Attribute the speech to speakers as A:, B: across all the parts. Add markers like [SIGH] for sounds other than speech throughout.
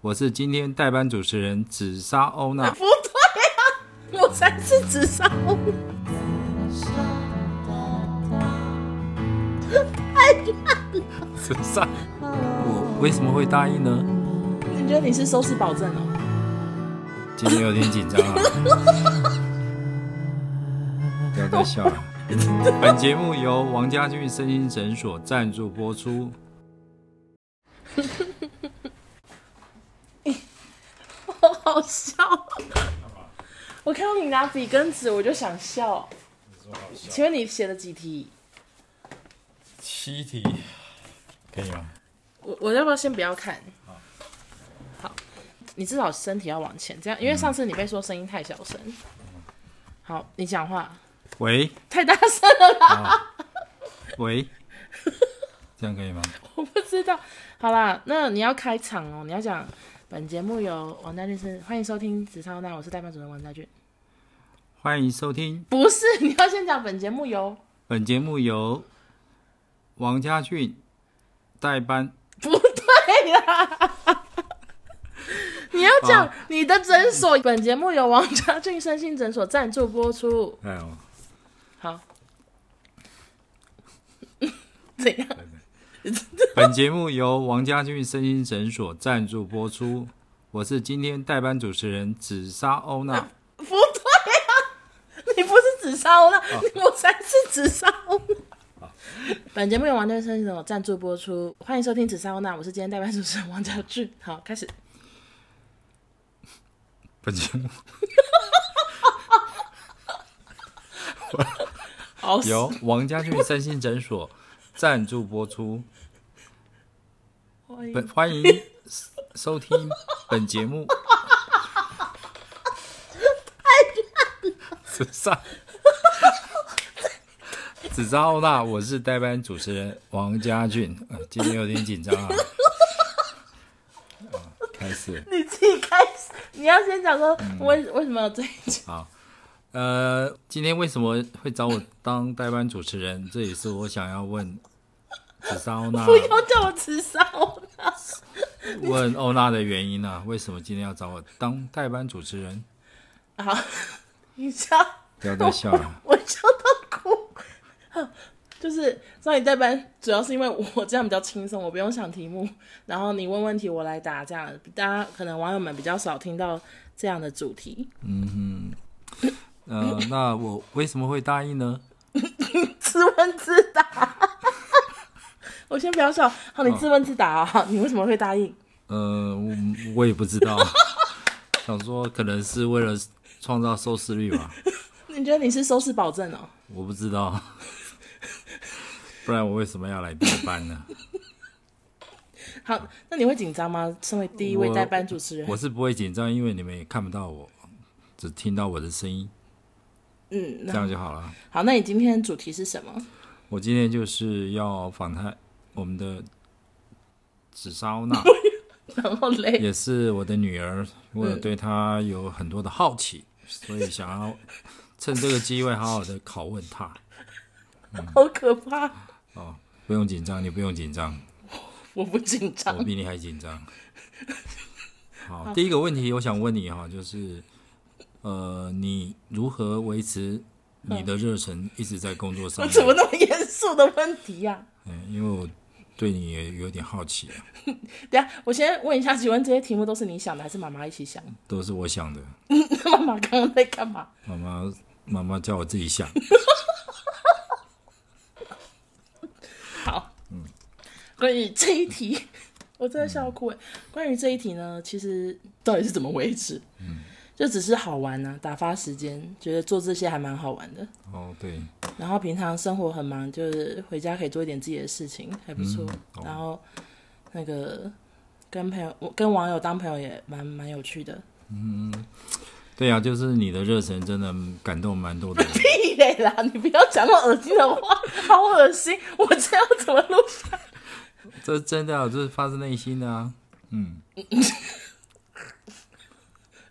A: 我是今天代班主持人紫砂欧 [LAUGHS] 娜。
B: 不对啊，我才是紫砂欧娜。
A: 紫砂，我为什么会答应呢？
B: 你觉得你是收视保证哦？ [LAUGHS]
A: 今天有点紧张 [LAUGHS] 啊，不要再笑 [LAUGHS] 了。本节目由王家俊身心诊所赞助播出。
B: 好好笑。我看到你拿笔跟纸，我就想笑。请问你写了几题？
A: 七题，可以啊吗？
B: 我我要不要先不要看？好，你至少身体要往前，这样，因为上次你被说声音太小声。好，你讲话
A: 喂
B: 太大声了 [LAUGHS] 啦，
A: 喂，这样可以吗？
B: 我不知道。好啦，那你要开场哦，你要讲本节目由王家俊是欢迎收听《紫超那我是代班主任王家俊。
A: 欢迎收听
B: 不是，你要先讲本节目由
A: 本节目由王家俊代班。
B: 不对啦。 [LAUGHS] 你要讲你的诊所，本节目由王家俊身心诊所赞助播出。
A: 哎呦，
B: 好， [LAUGHS] 怎样？
A: [LAUGHS] 本节目由王家俊身心诊所赞助播出。我是今天代班主持人紫砂欧娜。
B: 不对啊，你不是紫砂欧娜，我才是紫砂欧娜。本节目由王家俊身心诊所赞助播出，欢迎收听紫砂欧娜，我是今天代班主持人王家俊。好，开始。
A: 本节目
B: 好，
A: 由王家俊身心诊所赞助播出。
B: 欢迎
A: 本欢迎收听本节目。紫砂，紫砂欧娜，我是代班主持人王家俊。呃、今天有点紧张啊。啊开始。
B: [LAUGHS] 你自己开始，你要先讲说为、为什么这一集
A: 呃，今天为什么会找我当代班主持人？这也是我想要问紫砂欧娜
B: 不用叫我啊紫砂欧娜。
A: 问欧娜的原因啊。为什么今天要找我当代班主持人？
B: 好，你笑，
A: [LAUGHS] 不要再笑了。
B: 我笑到哭。就是让你代班，主要是因为我这样比较轻松，我不用想题目，然后你问问题我来答，这样大家可能网友们比较少听到这样的主题。
A: 呃，那我为什么会答应呢？
B: 自问自答， [LAUGHS] 我先不要笑。好，你自问自答啊，你为什么会答应？
A: 呃，我我也不知 [LAUGHS] 道，想说可能是为了创造收视率吧，
B: 你觉得你是收视保证哦？
A: 我不知道，不然我为什么要来代班呢？
B: 好，那你会紧张吗？身为第一位
A: 我
B: 代班主持人，
A: 我是不会紧张，因为你们也看不到我，只听到我的声音，
B: 嗯，
A: 这样就好了。
B: 好，那你今天的主题是什么？ [LAUGHS]
A: 我今天就是要访谈我们的紫砂欧娜，
B: 然后嘞，
A: 也是我的女儿，我
B: 嗯
A: 有对她有很多的好奇，所以想要趁这个机会好好的拷问她。
B: [LAUGHS] 好可怕！
A: 哦，不用紧张，你不用紧张，
B: 我不紧
A: 我
B: 张。
A: 比你还紧
B: [LAUGHS]
A: 张。好，第一个问题我想问你哈，就是，呃，你如何维持你的热忱一直在工作上
B: 嗯我
A: 面？
B: [LAUGHS] 怎么那么严肃的问题啊呀、
A: 嗯，因为我对你也有点好奇啊，
B: 等一下，我先问一下，请问这些题目都是你想的，还是妈妈一起想？ [LAUGHS]
A: 都是我想的，
B: 那妈妈刚刚在干嘛？
A: 妈妈妈妈叫我自己想。
B: 好，嗯，关于这一
A: [LAUGHS]
B: 题，我真的笑哭哎。关于这一题呢，其实到底是怎么维持？嗯，就只是好玩呢、打发时间，觉得做这些还蛮好玩的。
A: 哦，对，
B: 然后平常生活很忙，就是回家可以做一点自己的事情，还不错。
A: 哦
B: 然后那个跟朋友，我跟网友当朋友也蛮蛮有趣的。 [LAUGHS]
A: 对啊，就是你的热忱真的感动蛮多
B: [LAUGHS]
A: 的人。
B: 屁嘞啦！你不要讲那么恶心的话，好恶心！我这样怎么录下？
A: 这是真的、啊，这是发自内心的啊。嗯，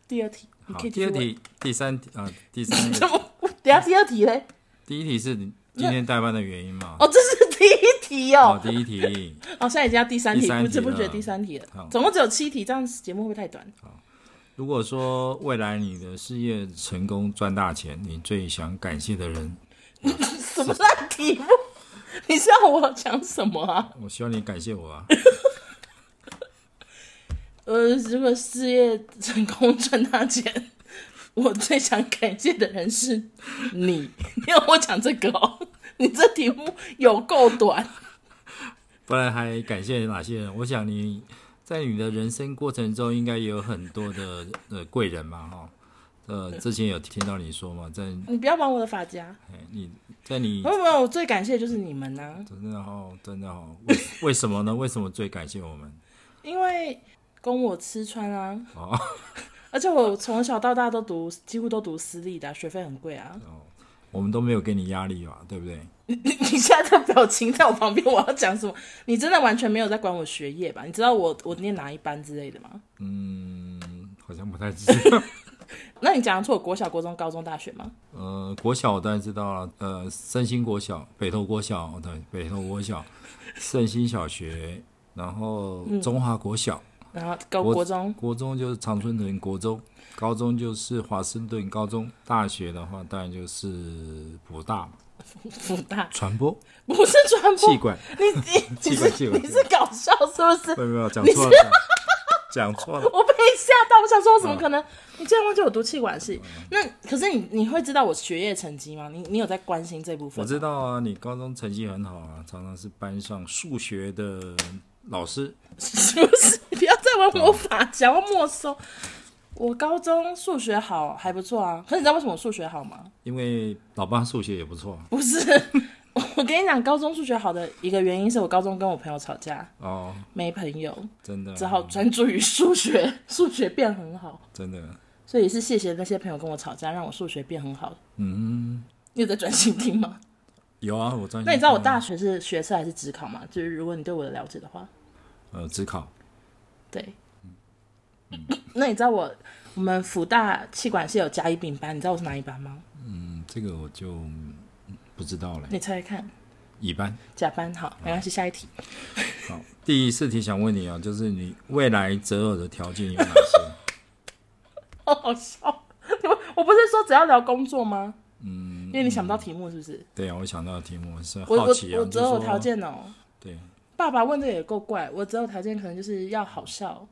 B: 第二题，你
A: 好，
B: 可以
A: 第
B: 继续
A: 二
B: 问。
A: 题、第三题啊、第三个
B: [LAUGHS] 怎么？等一下第二题嘞？
A: 第一题是你今天代班的原因嘛？
B: [LAUGHS] 哦，这是第第一题
A: 好，
B: 哦。
A: 第一题，
B: 哦，现在已经要第三
A: 第
B: 题，
A: 三
B: 不
A: 题
B: 知不觉
A: 了
B: 第三题了
A: 好。
B: 总共只有七题，这样节目会不会太短？
A: 如果说未来你的事业成功赚大钱，你最想感谢的
B: [LAUGHS]
A: 人，
B: 什么烂题目？ [LAUGHS] 你知道我讲什么啊？
A: 我希望你感谢我啊。
B: 呃，如果事业成功 [LAUGHS] 赚大钱，我最想感谢的人是你。 [LAUGHS] 你要我讲这个哦？你这题目有够短。
A: 不然还感谢哪些人？我想你在你的人生过程中，应该也有很多的呃贵人嘛，哈。呃，之前有听到你说嘛，在
B: 你不要绑我的啊发夹。
A: 哎你在你
B: 没有没有，我最感谢的就是你们呐、啊
A: 真的哦，真的哦，为为什么呢？为什么最感谢我们？
B: 因为供我吃穿啊。
A: 哦
B: 而且我从小到大都读，几乎都读私立的啊、学费很贵啊。
A: 哦，我们都没有给你压力嘛，对不对？
B: 你 [LAUGHS] 你现在这个表情在我旁边，我要讲什么？你真的完全没有在管我学业吧？你知道我我念哪一班之类的吗？
A: 嗯，好像不太
B: [LAUGHS]
A: 知道。
B: 那你讲得出我国小、国中、高中、大学吗？
A: 呃，国小我当然知道了，呃，三星国小、北投国小，对，北投国
B: [LAUGHS]
A: 小、圣心小学，然后中华国小。
B: 然后高
A: 国
B: 嗯国中，
A: 国中就是常春藤国中，高中就是华盛顿高中，大学的话当然就是普大嘛
B: 复大， [LAUGHS]
A: 传播
B: 不是传播
A: 气，管，
B: 你你
A: [LAUGHS] 气
B: 你
A: 管气
B: 是
A: 管
B: 你是搞笑是不是
A: 没？有没有讲
B: 你
A: 错了，讲讲错了。
B: 我被吓到，我想说，我
A: 嗯
B: 怎么可能？你竟然忘记我读气管系？那可是你你会知道我学业成绩吗？你你有在关心这部分
A: 我
B: 吗？
A: 知道啊，你高中成绩很好啊，常常是班上数学的老师。
B: 是不
A: [LAUGHS]
B: 是？不要再玩魔法夹，要没
A: 嗯
B: 收。我高中数学好还不错啊，可是你知道为什么我数学好吗？
A: 因为老爸数学也不错
B: 不是， [LAUGHS] 我跟你讲，高中数学好的一个原因是我高中跟我朋友吵架，
A: 哦，
B: 没朋友，
A: 真的，
B: 只好专注于数学，数学变很好。
A: 真的，
B: 所以是谢谢那些朋友跟我吵架，让我数学变很好。
A: 嗯，
B: 你有在专心听吗？
A: 有啊，我专心。
B: 那你知道我大学是学测还是职考吗？就是如果你对我的了解的话，
A: 呃只考
B: 对。
A: 嗯
B: 那你知道我我们福大气管系有甲乙丙班，你知道我是哪一班吗？
A: 嗯，这个我就嗯不知道了。
B: 你猜猜看，
A: 乙班。
B: 甲班好，没关系，下一题。 [LAUGHS]
A: 好，第四题想问你啊，就是你未来择偶的条件有哪
B: [LAUGHS]
A: 些？
B: 好好笑，你们我不是说只要聊工作吗？嗯，因为你想不到题目是不是？
A: 对啊，我想到的题目是
B: 我我
A: 好奇啊，
B: 我
A: 就
B: 择
A: 是
B: 偶
A: 说
B: 条件哦，
A: 对
B: 爸爸问这个也够怪。我择偶条件可能就是要好笑，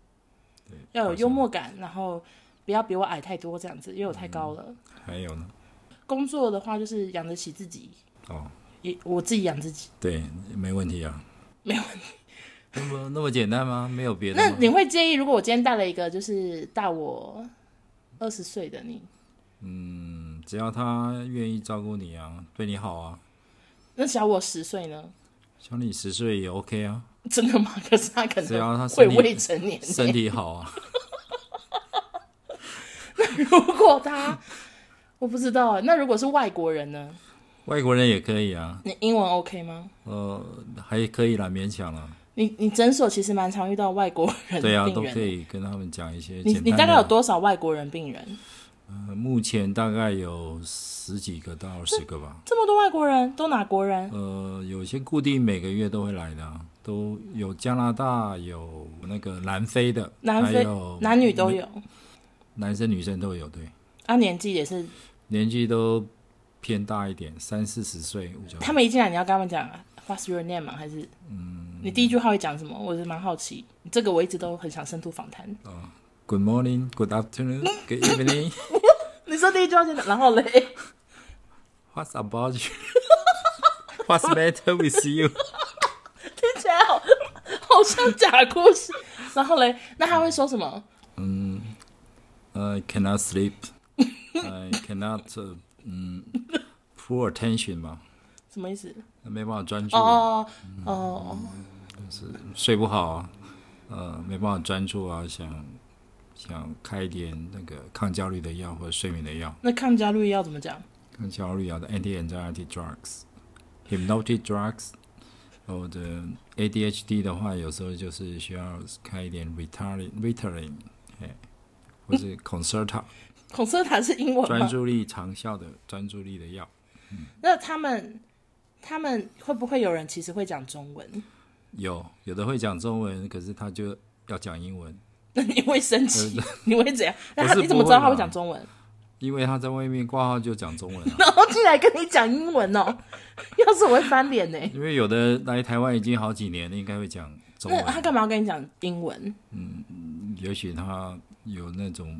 B: 要有幽，默感，然后不要比我矮太多这样子，因为我太高了。
A: 好像还有呢，
B: 工作的话就是养得起自己，
A: 哦，
B: 也我自己养自己。
A: 对，没问题啊，
B: 没有，
A: 那么那么简单吗？没有别
B: 那
A: 的吗？
B: 你会介意如果我今天带了一个就是大我二十岁的你？
A: 嗯只要他愿意照顾你啊，对你好啊，
B: 那小我十岁呢？ [LAUGHS]
A: 小你十岁也 OK 啊，
B: 真的吗？可是他可
A: 只要他
B: 能会
A: 身体
B: 未成年。 [LAUGHS]
A: 身体好啊，
B: 如果他，我不知道啊。那如果是外国人呢？
A: 外国人也可以啊，
B: 你英文 OK 吗？
A: 呃，还可以啦，勉强啦，
B: 你你诊所其实蛮常遇到外国人
A: 对啊，
B: 病
A: 都
B: 人。
A: 可以跟他们讲一些
B: 你
A: 简
B: 你
A: 单
B: 大概有
A: 的。
B: 多少外国人病人？
A: 呃目前大概有十几个到二十个吧。
B: 这么多外国人都哪国人？
A: 呃，有些固定每个月都会来的啊、都有加拿大，有那个南非的，
B: 南
A: 还
B: 非
A: 有
B: 男女都有，
A: 男生女生都有，对，
B: 啊，年纪也是。
A: 年纪都偏大一点，三四十岁，五九
B: 他们一进来，你要跟他们讲啊 What's your name 吗？还是嗯，你第一句话会讲什么？我是蛮好奇，这个我一直都很想深度访谈。
A: 哦 Good morning, Good afternoon, Good evening.
B: 你说第一句话先讲，然后嘞， [LAUGHS]
A: What's about you? [LAUGHS] What's matter with you?
B: 听起来好好像假故事。然后嘞，那他会说什么？
A: I cannot sleep. I cannot, 呃嗯、p u l l attention 嘛，
B: 什么意思？
A: 没办法专注啊。
B: 哦哦，
A: 睡不好、啊，呃，没办法专注啊，想想开一点那个抗焦虑的药或者睡眠的药，
B: 那抗焦虑要怎么讲？
A: 抗焦虑药的 anti-anxiety drugs、hypnotic drugs，或者 ADHD 的话，有时候就是需要开一点 Ritalin、Ritalin，哎，或是
B: [LAUGHS]
A: Concerta，
B: 孔瑟塔是英文
A: 专
B: 吗？
A: 注力长效的专注力的药。
B: 那他们他们会不会有人其实会讲中文？
A: 有有的会讲中文，可是他就要讲英文，
B: [LAUGHS] 那你会生气？你会怎样？
A: 嗯
B: 那
A: 我
B: 他
A: 是
B: 你怎么
A: 不
B: 知道
A: 会
B: 他会
A: 啦
B: 讲中文？ [LAUGHS]
A: 因为他在外面挂号就讲中文啊。
B: 然后进来跟你讲英文哦， [LAUGHS] 要是我会翻脸呢、
A: 因为有的来台湾已经好几年，应该会讲中
B: 那他
A: 文。
B: 干嘛要跟你讲英文？
A: 也许他有那种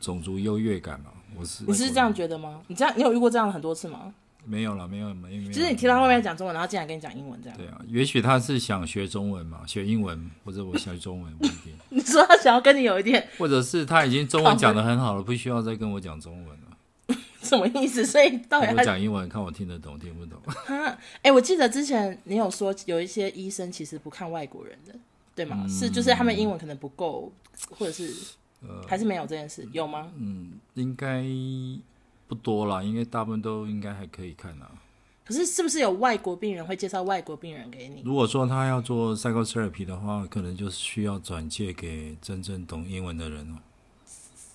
A: 种族优越感嘛。我是
B: 你是这样觉得吗？你这样，你有遇过这样很多次吗？
A: 没有了，没有没有没有。
B: 就是你听到外面讲中文，然后进来跟你讲英文这样。
A: 对啊，也许他是想学中文嘛，学英文或者我学中文，不一
B: [LAUGHS]
A: 定，
B: 你说他想要跟你有一点
A: 或者是他已经中文讲的很好了，不需要再跟我讲中文
B: [LAUGHS]
A: 了。
B: 什么意思？ [LAUGHS] 所以到底
A: 跟
B: 他
A: 我讲英文，看我听得懂听不懂。
B: 哈，哎、我记得之前你有说有一些医生其实不看外国人的，对吗？
A: 嗯
B: 是就是他们英文可能不够，或者是、
A: 呃
B: 还是没有这件事，有吗？
A: 嗯应该不多啦，应该大部分都应该还可以看啦。
B: 可是是不是有外国病人会介绍外国病人给你？
A: 如果说他要做 psychotherapy 的话，可能就需要转介给真正懂英文的人哦，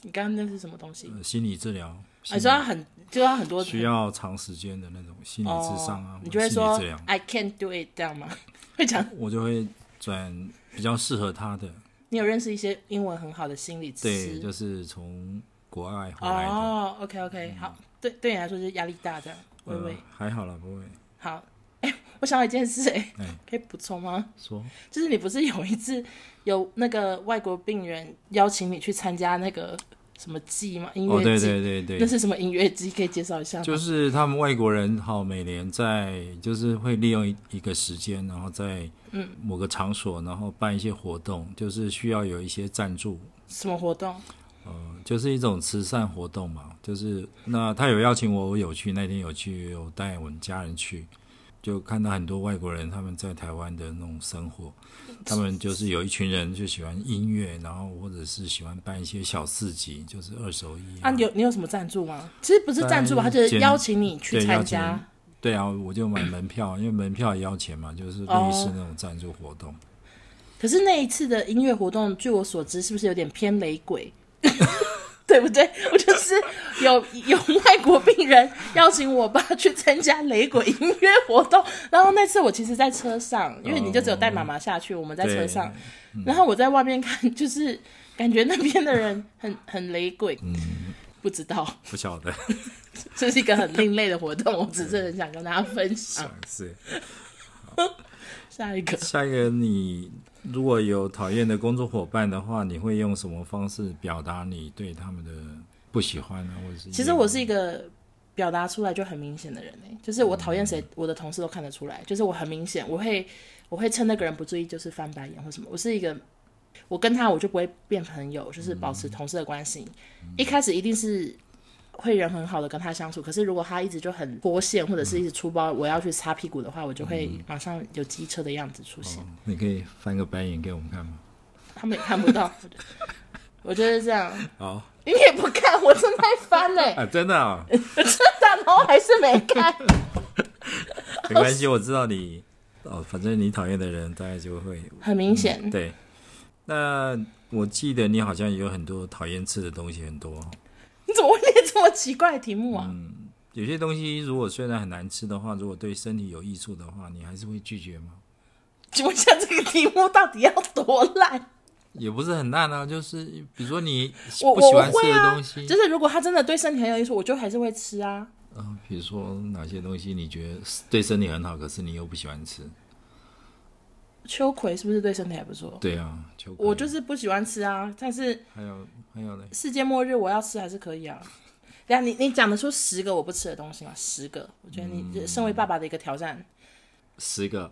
B: 你刚刚那是什么东西？
A: 呃心理治疗。
B: 啊，就要很就要很多哦
A: 需要长时间的那种心理智商啊，
B: 你就会
A: 心
B: 说
A: 理治疗，
B: I can't do it 这样吗？ [LAUGHS] 会讲
A: 我就会转比较适合他的，
B: 你有认识一些英文很好的心理
A: 对，
B: 师？
A: 就是从国外回来的，嗯
B: 哦，OK OK，好，对对你来说就是压力大这样，微微
A: 呃，还好啦，不会
B: 好。哎、我想到一件事、哎、
A: 哎
B: 可以补充吗？
A: 说
B: 就是你不是有一次有那个外国病人邀请你去参加那个什么季吗？音乐
A: 哦，
B: 季、
A: 对对对
B: 那
A: 对，
B: 是什么音乐季？可以介绍一下吗？
A: 就是他们外国人好，每年在就是会利用一一个时间，然后在
B: 嗯
A: 某个场所，然后办一些活动，就是需要有一些赞助，
B: 什么活动？
A: 呃，就是一种慈善活动嘛，就是那他有邀请我，我有去，那天有去，有带我们家人去，就看到很多外国人他们在台湾的那种生活，
B: 嗯
A: 他们就是有一群人就喜欢音乐，然后或者是喜欢办一些小市集，就是二手衣
B: 啊，你有你有什么赞助吗？其实不是赞助吧，他就是
A: 在
B: 邀请你去
A: 对
B: 参
A: 邀请
B: 加。
A: 对啊，我就买门票，因为门票也要钱嘛，就是
B: 哦
A: 类似那种赞助活动。
B: 可是那一次的音乐活动，据我所知，是不是有点偏雷鬼？ [LAUGHS] 对不对？我就是有有外国病人邀请我爸去参加雷鬼音乐活动，然后那次我其实，在车上，因为你就只有带妈妈下去，我们在车上，
A: 嗯
B: 然后我在外面看，就是感觉那边的人很 [LAUGHS] 很雷鬼，
A: 嗯
B: 不知道
A: 不晓
B: [LAUGHS]
A: 得
B: 这是一个很另类的活动，我只是很想跟大家分享。
A: 是
B: 下一个，
A: 下一个你如果有讨厌的工作伙伴的话，你会用什么方式表达你对他们的不喜欢呢？或者是
B: 其实我是一个表达出来就很明显的人呢、欸就是我讨厌谁，我的同事都看得出来，就是我很明显，我会我会趁那个人不注意，就是翻白眼或什么。我是一个，我跟他我就不会变朋友，就是保持同事的关系。一开始一定是。会人很好的跟他相处，可是如果他一直就很脱线，或者是一直出包，我要去擦屁股的话，我就会马上有机车的样子出现。
A: 嗯你可以翻个白眼给我们看吗？
B: 他们也看不到， [LAUGHS] 我就是这样。
A: 好
B: 你也不看，我正在翻 [LAUGHS] 嘞、
A: 啊，真的、啊，
B: 然后还是没看。
A: 没关系，我知道你哦，反正你讨厌的人大概就会
B: 很明显。
A: 对。那我记得你好像有很多讨厌吃的东西，很多哦。
B: 你怎么会列这么奇怪的题目啊？
A: 嗯有些东西如果虽然很难吃的话，如果对身体有益处的话，你还是会拒绝吗？
B: 请问一下，这个题目到底要多烂？
A: 也不是很烂啊，就是比如说你喜
B: 我
A: 不
B: 我
A: 喜
B: 我
A: 欢吃
B: 会
A: 的
B: 啊
A: 东，西，
B: 就是如果它真的对身体很有益处，我就还是会吃啊。
A: 啊，比如说哪些东西你觉得对身体很好，可是你又不喜欢吃？
B: 秋葵是不是对身体还不错？
A: 对啊，秋葵
B: 我就是不喜欢吃啊，但是
A: 还有还有嘞，
B: 世界末日我要吃还是可以啊。对啊，你你讲得出十个我不吃的东西吗？十个，我觉得
A: 嗯
B: 你身为爸爸的一个挑战。
A: 十个。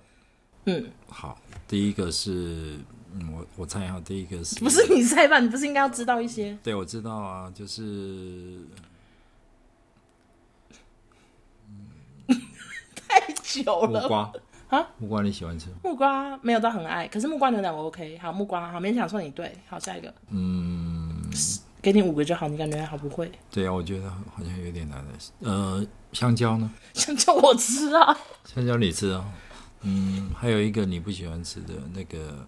B: 嗯，
A: 好，第一个是，嗯，我我猜一下，第一个是
B: 不是你在吧？你不是应该要知道
A: [LAUGHS]
B: 一些？
A: 对，我知道啊，就是
B: 太久
A: 木
B: 了。
A: 瓜
B: 啊，
A: 木瓜你喜欢吃吗？
B: 木瓜没有到很爱，可是木瓜牛奶我 OK。好，木瓜好勉强算你对。好，下一个。
A: 嗯，
B: 给你五个就好，你感觉好不会？
A: 对啊，我觉得好像有点难的。呃，香蕉呢？
B: 想叫我吃啊，
A: 香蕉你吃啊？嗯，还有一个你不喜欢吃的那个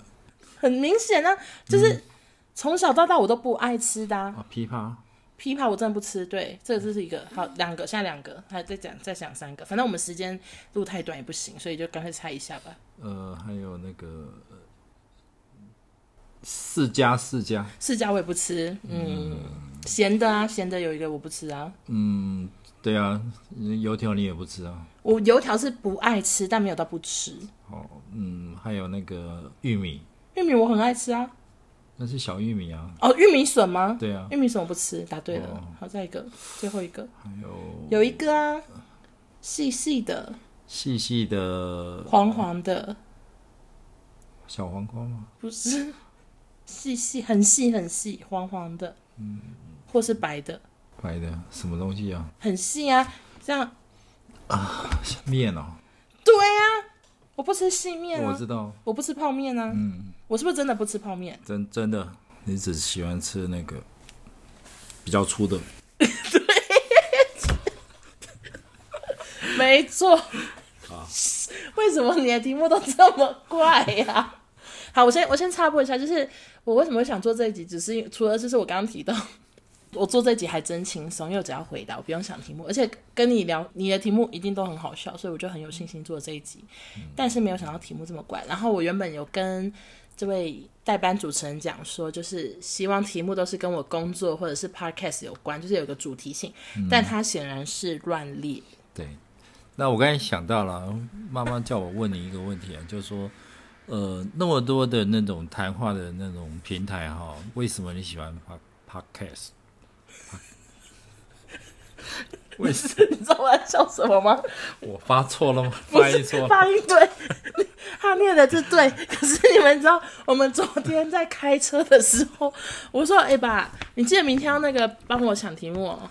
B: 很明显啊，就是从小到大我都不爱吃的、啊、
A: 啊，枇杷。
B: 枇杷我真的不吃，对，这个是一个好两个，现在两个，还再讲再讲三个，反正我们时间录太短也不行，所以就干脆猜一下吧。
A: 呃，还有那个呃四加四加，
B: 释迦我也不吃，嗯，咸的啊，咸的有一个我不吃啊，
A: 嗯，对啊，油条你也不吃啊。
B: 我油条是不爱吃，但没有到不吃。
A: 哦，嗯，还有那个玉米，
B: 玉米我很爱吃啊，
A: 那是小玉米啊。
B: 哦，玉米笋吗？
A: 对啊，
B: 玉米笋我不吃，答对了。
A: 哦
B: 好，再一个，最后一个，
A: 还有
B: 有一个啊，细细的，
A: 细细的
B: 黄黄的，
A: 小黄瓜吗？
B: 不是，细细很细很细，黄黄的，嗯，或是白的，
A: 白的什么东西啊？ [LAUGHS]
B: 很细啊，这样，
A: 面哦，
B: 对啊，我不吃细面
A: 我
B: 啊，
A: 知道，
B: 我不吃泡面啊，
A: 嗯，
B: 我是不是真的不吃泡面？
A: 真真的，你只喜欢吃那个比较粗的。
B: 没错。 [LAUGHS] 为什么你的题目都这么怪呀、好，我先我先插播一下，就是我为什么会想做这一集，只是因除了就是我刚刚提到，我做这一集还真轻松，因为我只要回答，我不用想题目，而且跟你聊你的题目一定都很好笑，所以我就很有信心做这一集。但是没有想到题目这么怪，然后我原本有跟这位代班主持人讲说，就是希望题目都是跟我工作或者是 podcast 有关，就是有个主题性，但他显然是乱列。
A: 对，那我刚才想到了，妈妈叫我问你一个问题啊，就是说，呃，那么多的那种谈话的那种平台哈、为什么你喜欢 pod podcast？为什么
B: 你知道我在笑什么吗？
A: 我发错了吗？发音错了？
B: 发音对， [LAUGHS] 他念的是对，可是你们知道，我们昨天在开车的时候，我说：“哎、爸，你记得明天要那个帮我想题目、哦。”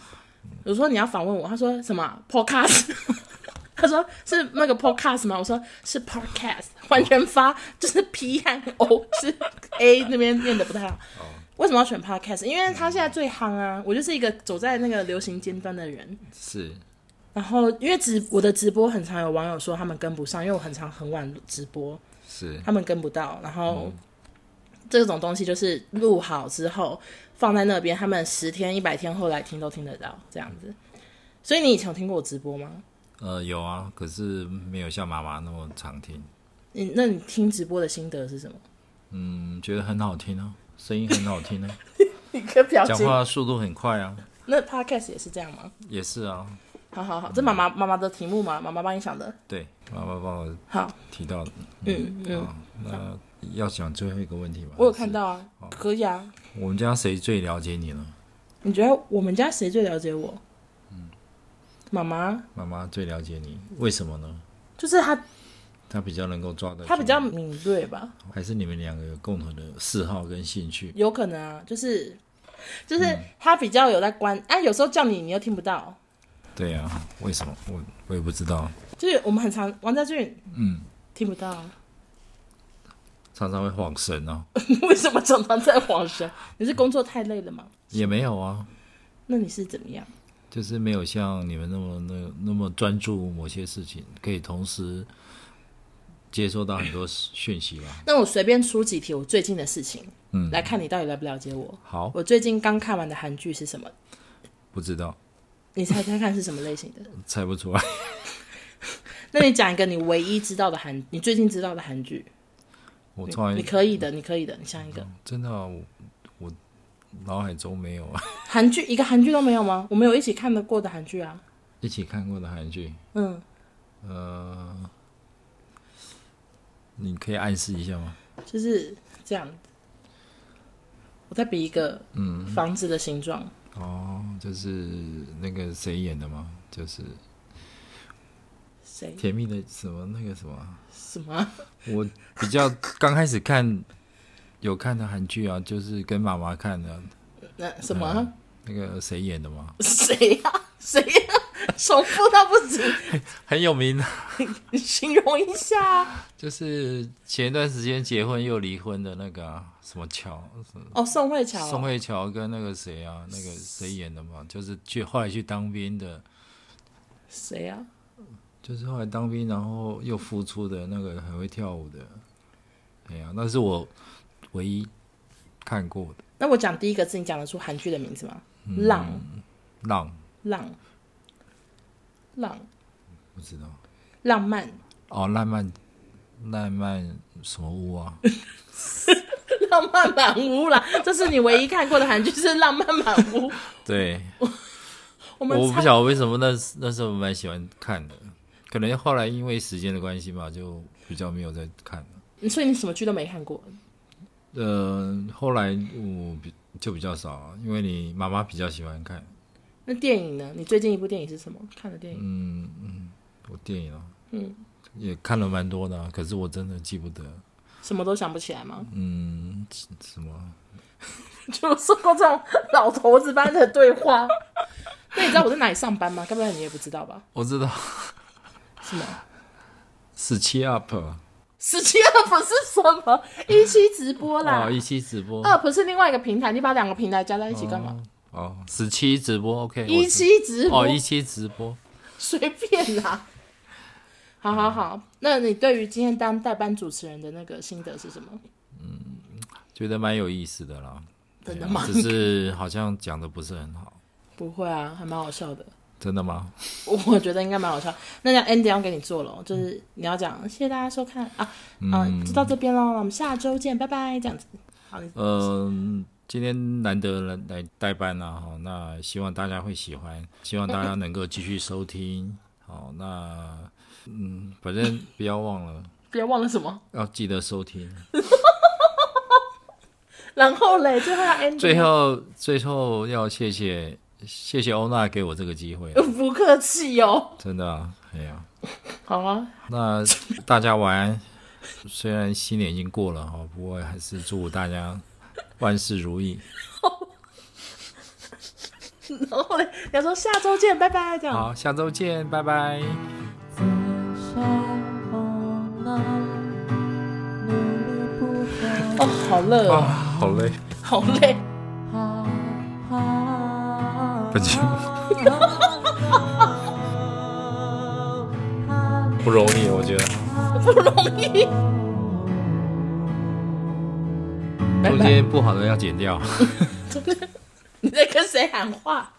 B: 我说：“你要访问我。”他说：“什么 podcast？” [LAUGHS] 他说：“是那个 podcast 吗？”我说：“是 podcast。”完全发就是 P 和 O 是 A 那边念的不太好。为什么要选 podcast？因为他现在最夯啊！我就是一个走在那个流行尖端的人。
A: 是
B: 然后因为直我的直播很常有网友说他们跟不上，因为我很常很晚直播，
A: 是，
B: 他们跟不到。然后、这种东西就是录好之后放在那边，他们十天、一百天后来听都听得到这样子。所以你以前有听过我直播吗？
A: 呃，有啊，可是没有像妈妈那么常听。
B: 你那你听直播的心得是什么？
A: 嗯，觉得很好听哦，声音很好听哦，
B: 你个表
A: 讲话速度很快啊，
B: 那 podcast 也是这样吗？
A: 也是啊，
B: 好好好，这妈妈妈妈的题目吗？妈妈帮你想的。
A: 对，妈妈帮我
B: 好，
A: 提到的。
B: 嗯嗯，
A: 啊，那要讲最后一个问题吧。
B: 我有看到啊，可以啊。
A: 我们家谁最了解你呢？
B: 你觉得我们家谁最了解我？嗯，妈妈，
A: 妈妈最了解你，为什么呢？
B: 就是她
A: 她比较能够抓得住，
B: 他比较敏锐吧，
A: 还是你们两个有共同的嗜好跟兴趣？
B: 有可能啊，就是就是
A: 嗯
B: 他比较有在关，啊，有时候叫你你又听不到，
A: 对呀、啊，为什么？我我也不知道，
B: 就是我们很常王家俊
A: 嗯，
B: 听不到啊， [LAUGHS]
A: 常常会晃神哦，
B: 为什么常常在晃神？你是工作太累了吗？
A: 也没有啊，
B: 那你是怎么样？
A: 就是没有像你们那么那那么专注某些事情，可以同时接收到很多讯息吧。
B: 那我随便出几题我最近的事情，
A: 嗯
B: 来看你到底了不了解我。
A: 好，
B: 我最近刚看完的韩剧是什么？
A: 不知道，
B: 你猜猜看是什么类型的？
A: 猜不出来。
B: 那你讲一个你唯一知道的韩，你最近知道的韩剧，
A: 我突然
B: 你可以的，你可以的，你想一个
A: 真的啊、我我脑海中没有啊，
B: 韩剧，一个韩剧都没有吗？我们有一起看得过的韩剧啊，
A: 一起看过的韩剧，
B: 嗯。
A: 呃，你可以暗示一下吗？
B: 就是这样。我再比一个，嗯，房子的形状，
A: 哦，就是那个谁演的吗？就是《
B: 谁
A: 甜蜜的什么那个什么啊，
B: 什么啊？
A: 我比较刚开始看有看的韩剧啊，就是跟妈妈看的，
B: 那什么啊
A: 那个谁演的吗？
B: [LAUGHS] 谁呀、谁呀、 [LAUGHS] 重复到不行，
A: 很有名的，啊
B: 你形容一下啊。
A: 就是前一段时间结婚又离婚的那个啊、什么乔，什么
B: 哦，宋慧乔啊、
A: 宋慧乔跟那个谁啊，那个谁演的嘛，就是去后来去当兵的，
B: 谁啊呀、
A: 就是后来当兵然后又复出的那个很会跳舞的，哎呀、那是我唯一看过的
B: 那我讲第一个字，你讲得出韩剧的名字吗？
A: 嗯
B: 浪
A: 浪，
B: 浪浪
A: 不知道
B: 浪漫
A: 哦，浪漫浪漫什么屋啊？ [LAUGHS]
B: 浪漫满屋啦，这是你唯一看过的韩剧是浪漫满屋。
A: 对，
B: 我们
A: 我不
B: 猜
A: 晓得为什么那时那时候我蛮喜欢看的，可能后来因为时间的关系吧，就比较没有再看了。
B: 所以你什么剧都没看过，
A: 呃，后来我比就比较少了，因为你妈妈比较喜欢看。
B: 那电影呢？你最近一部电影是什么？看的电
A: 嗯
B: 影？
A: 我电影啊，嗯，也看了蛮多的啊、可是我真的记不得，
B: 什么都想不起来吗？ [LAUGHS]
A: 嗯，什么？
B: 就说过这种老头子般的对
A: [LAUGHS]
B: 话。那你知道我在哪里上班吗？该不会你也不知道吧？
A: 我知道 [LAUGHS]
B: 是吗？
A: 十七 up
B: 十七 up 是什么？一期直播啦
A: 哦，一期直播
B: up 是另外一个平台，你把两个平台加在一起干嘛？
A: 哦，十七直播 OK，
B: 一
A: 我知
B: 期直播、
A: 哦一期直播，
B: 随便
A: [LAUGHS]
B: 啦。好好好，那你对于今天当代班主持人的那个心得是什么？
A: 觉得蛮有意思的啦，
B: 真的
A: 对啊
B: 吗？
A: 只是好像讲的不是很好，
B: 不会啊，还蛮好笑的。
A: 真的吗？
B: [LAUGHS] 我觉得应该蛮好笑。那讲 ending 要给你做了，就是你要讲谢谢大家收看啊，嗯、就到这边喽，我们下周见，拜拜，这样子。好，你
A: 嗯，今天难得来来代班了、哈，那希望大家会喜欢，希望大家能够继续收听。好，那嗯，反正不要忘了
B: 不要忘了什么。
A: 要记得收听。
B: [LAUGHS] 然后嘞，最后要 ending，
A: [LAUGHS] 最后，最后要谢谢谢谢欧娜给我这个机会，
B: 不客气哦。
A: 真的、啊，哎呀、
B: 好啊，
A: 那大家晚安。虽然新年已经过了哈，不过还是祝大家万事如意。
B: 然后嘞，你要说下周见，拜拜，这样。
A: 好，下周见，拜拜。
C: 自相逢难，努力不
B: 哦
C: 改，，
B: 好热
A: 啊，
B: 哦，
A: 好累。
B: 好累。
C: 害怕。
A: 本节目不容易，我觉得。
B: [LAUGHS] 不容易。拜
A: 中
B: 拜，
A: 嗯间不好的要剪掉。
B: 你在跟谁喊话？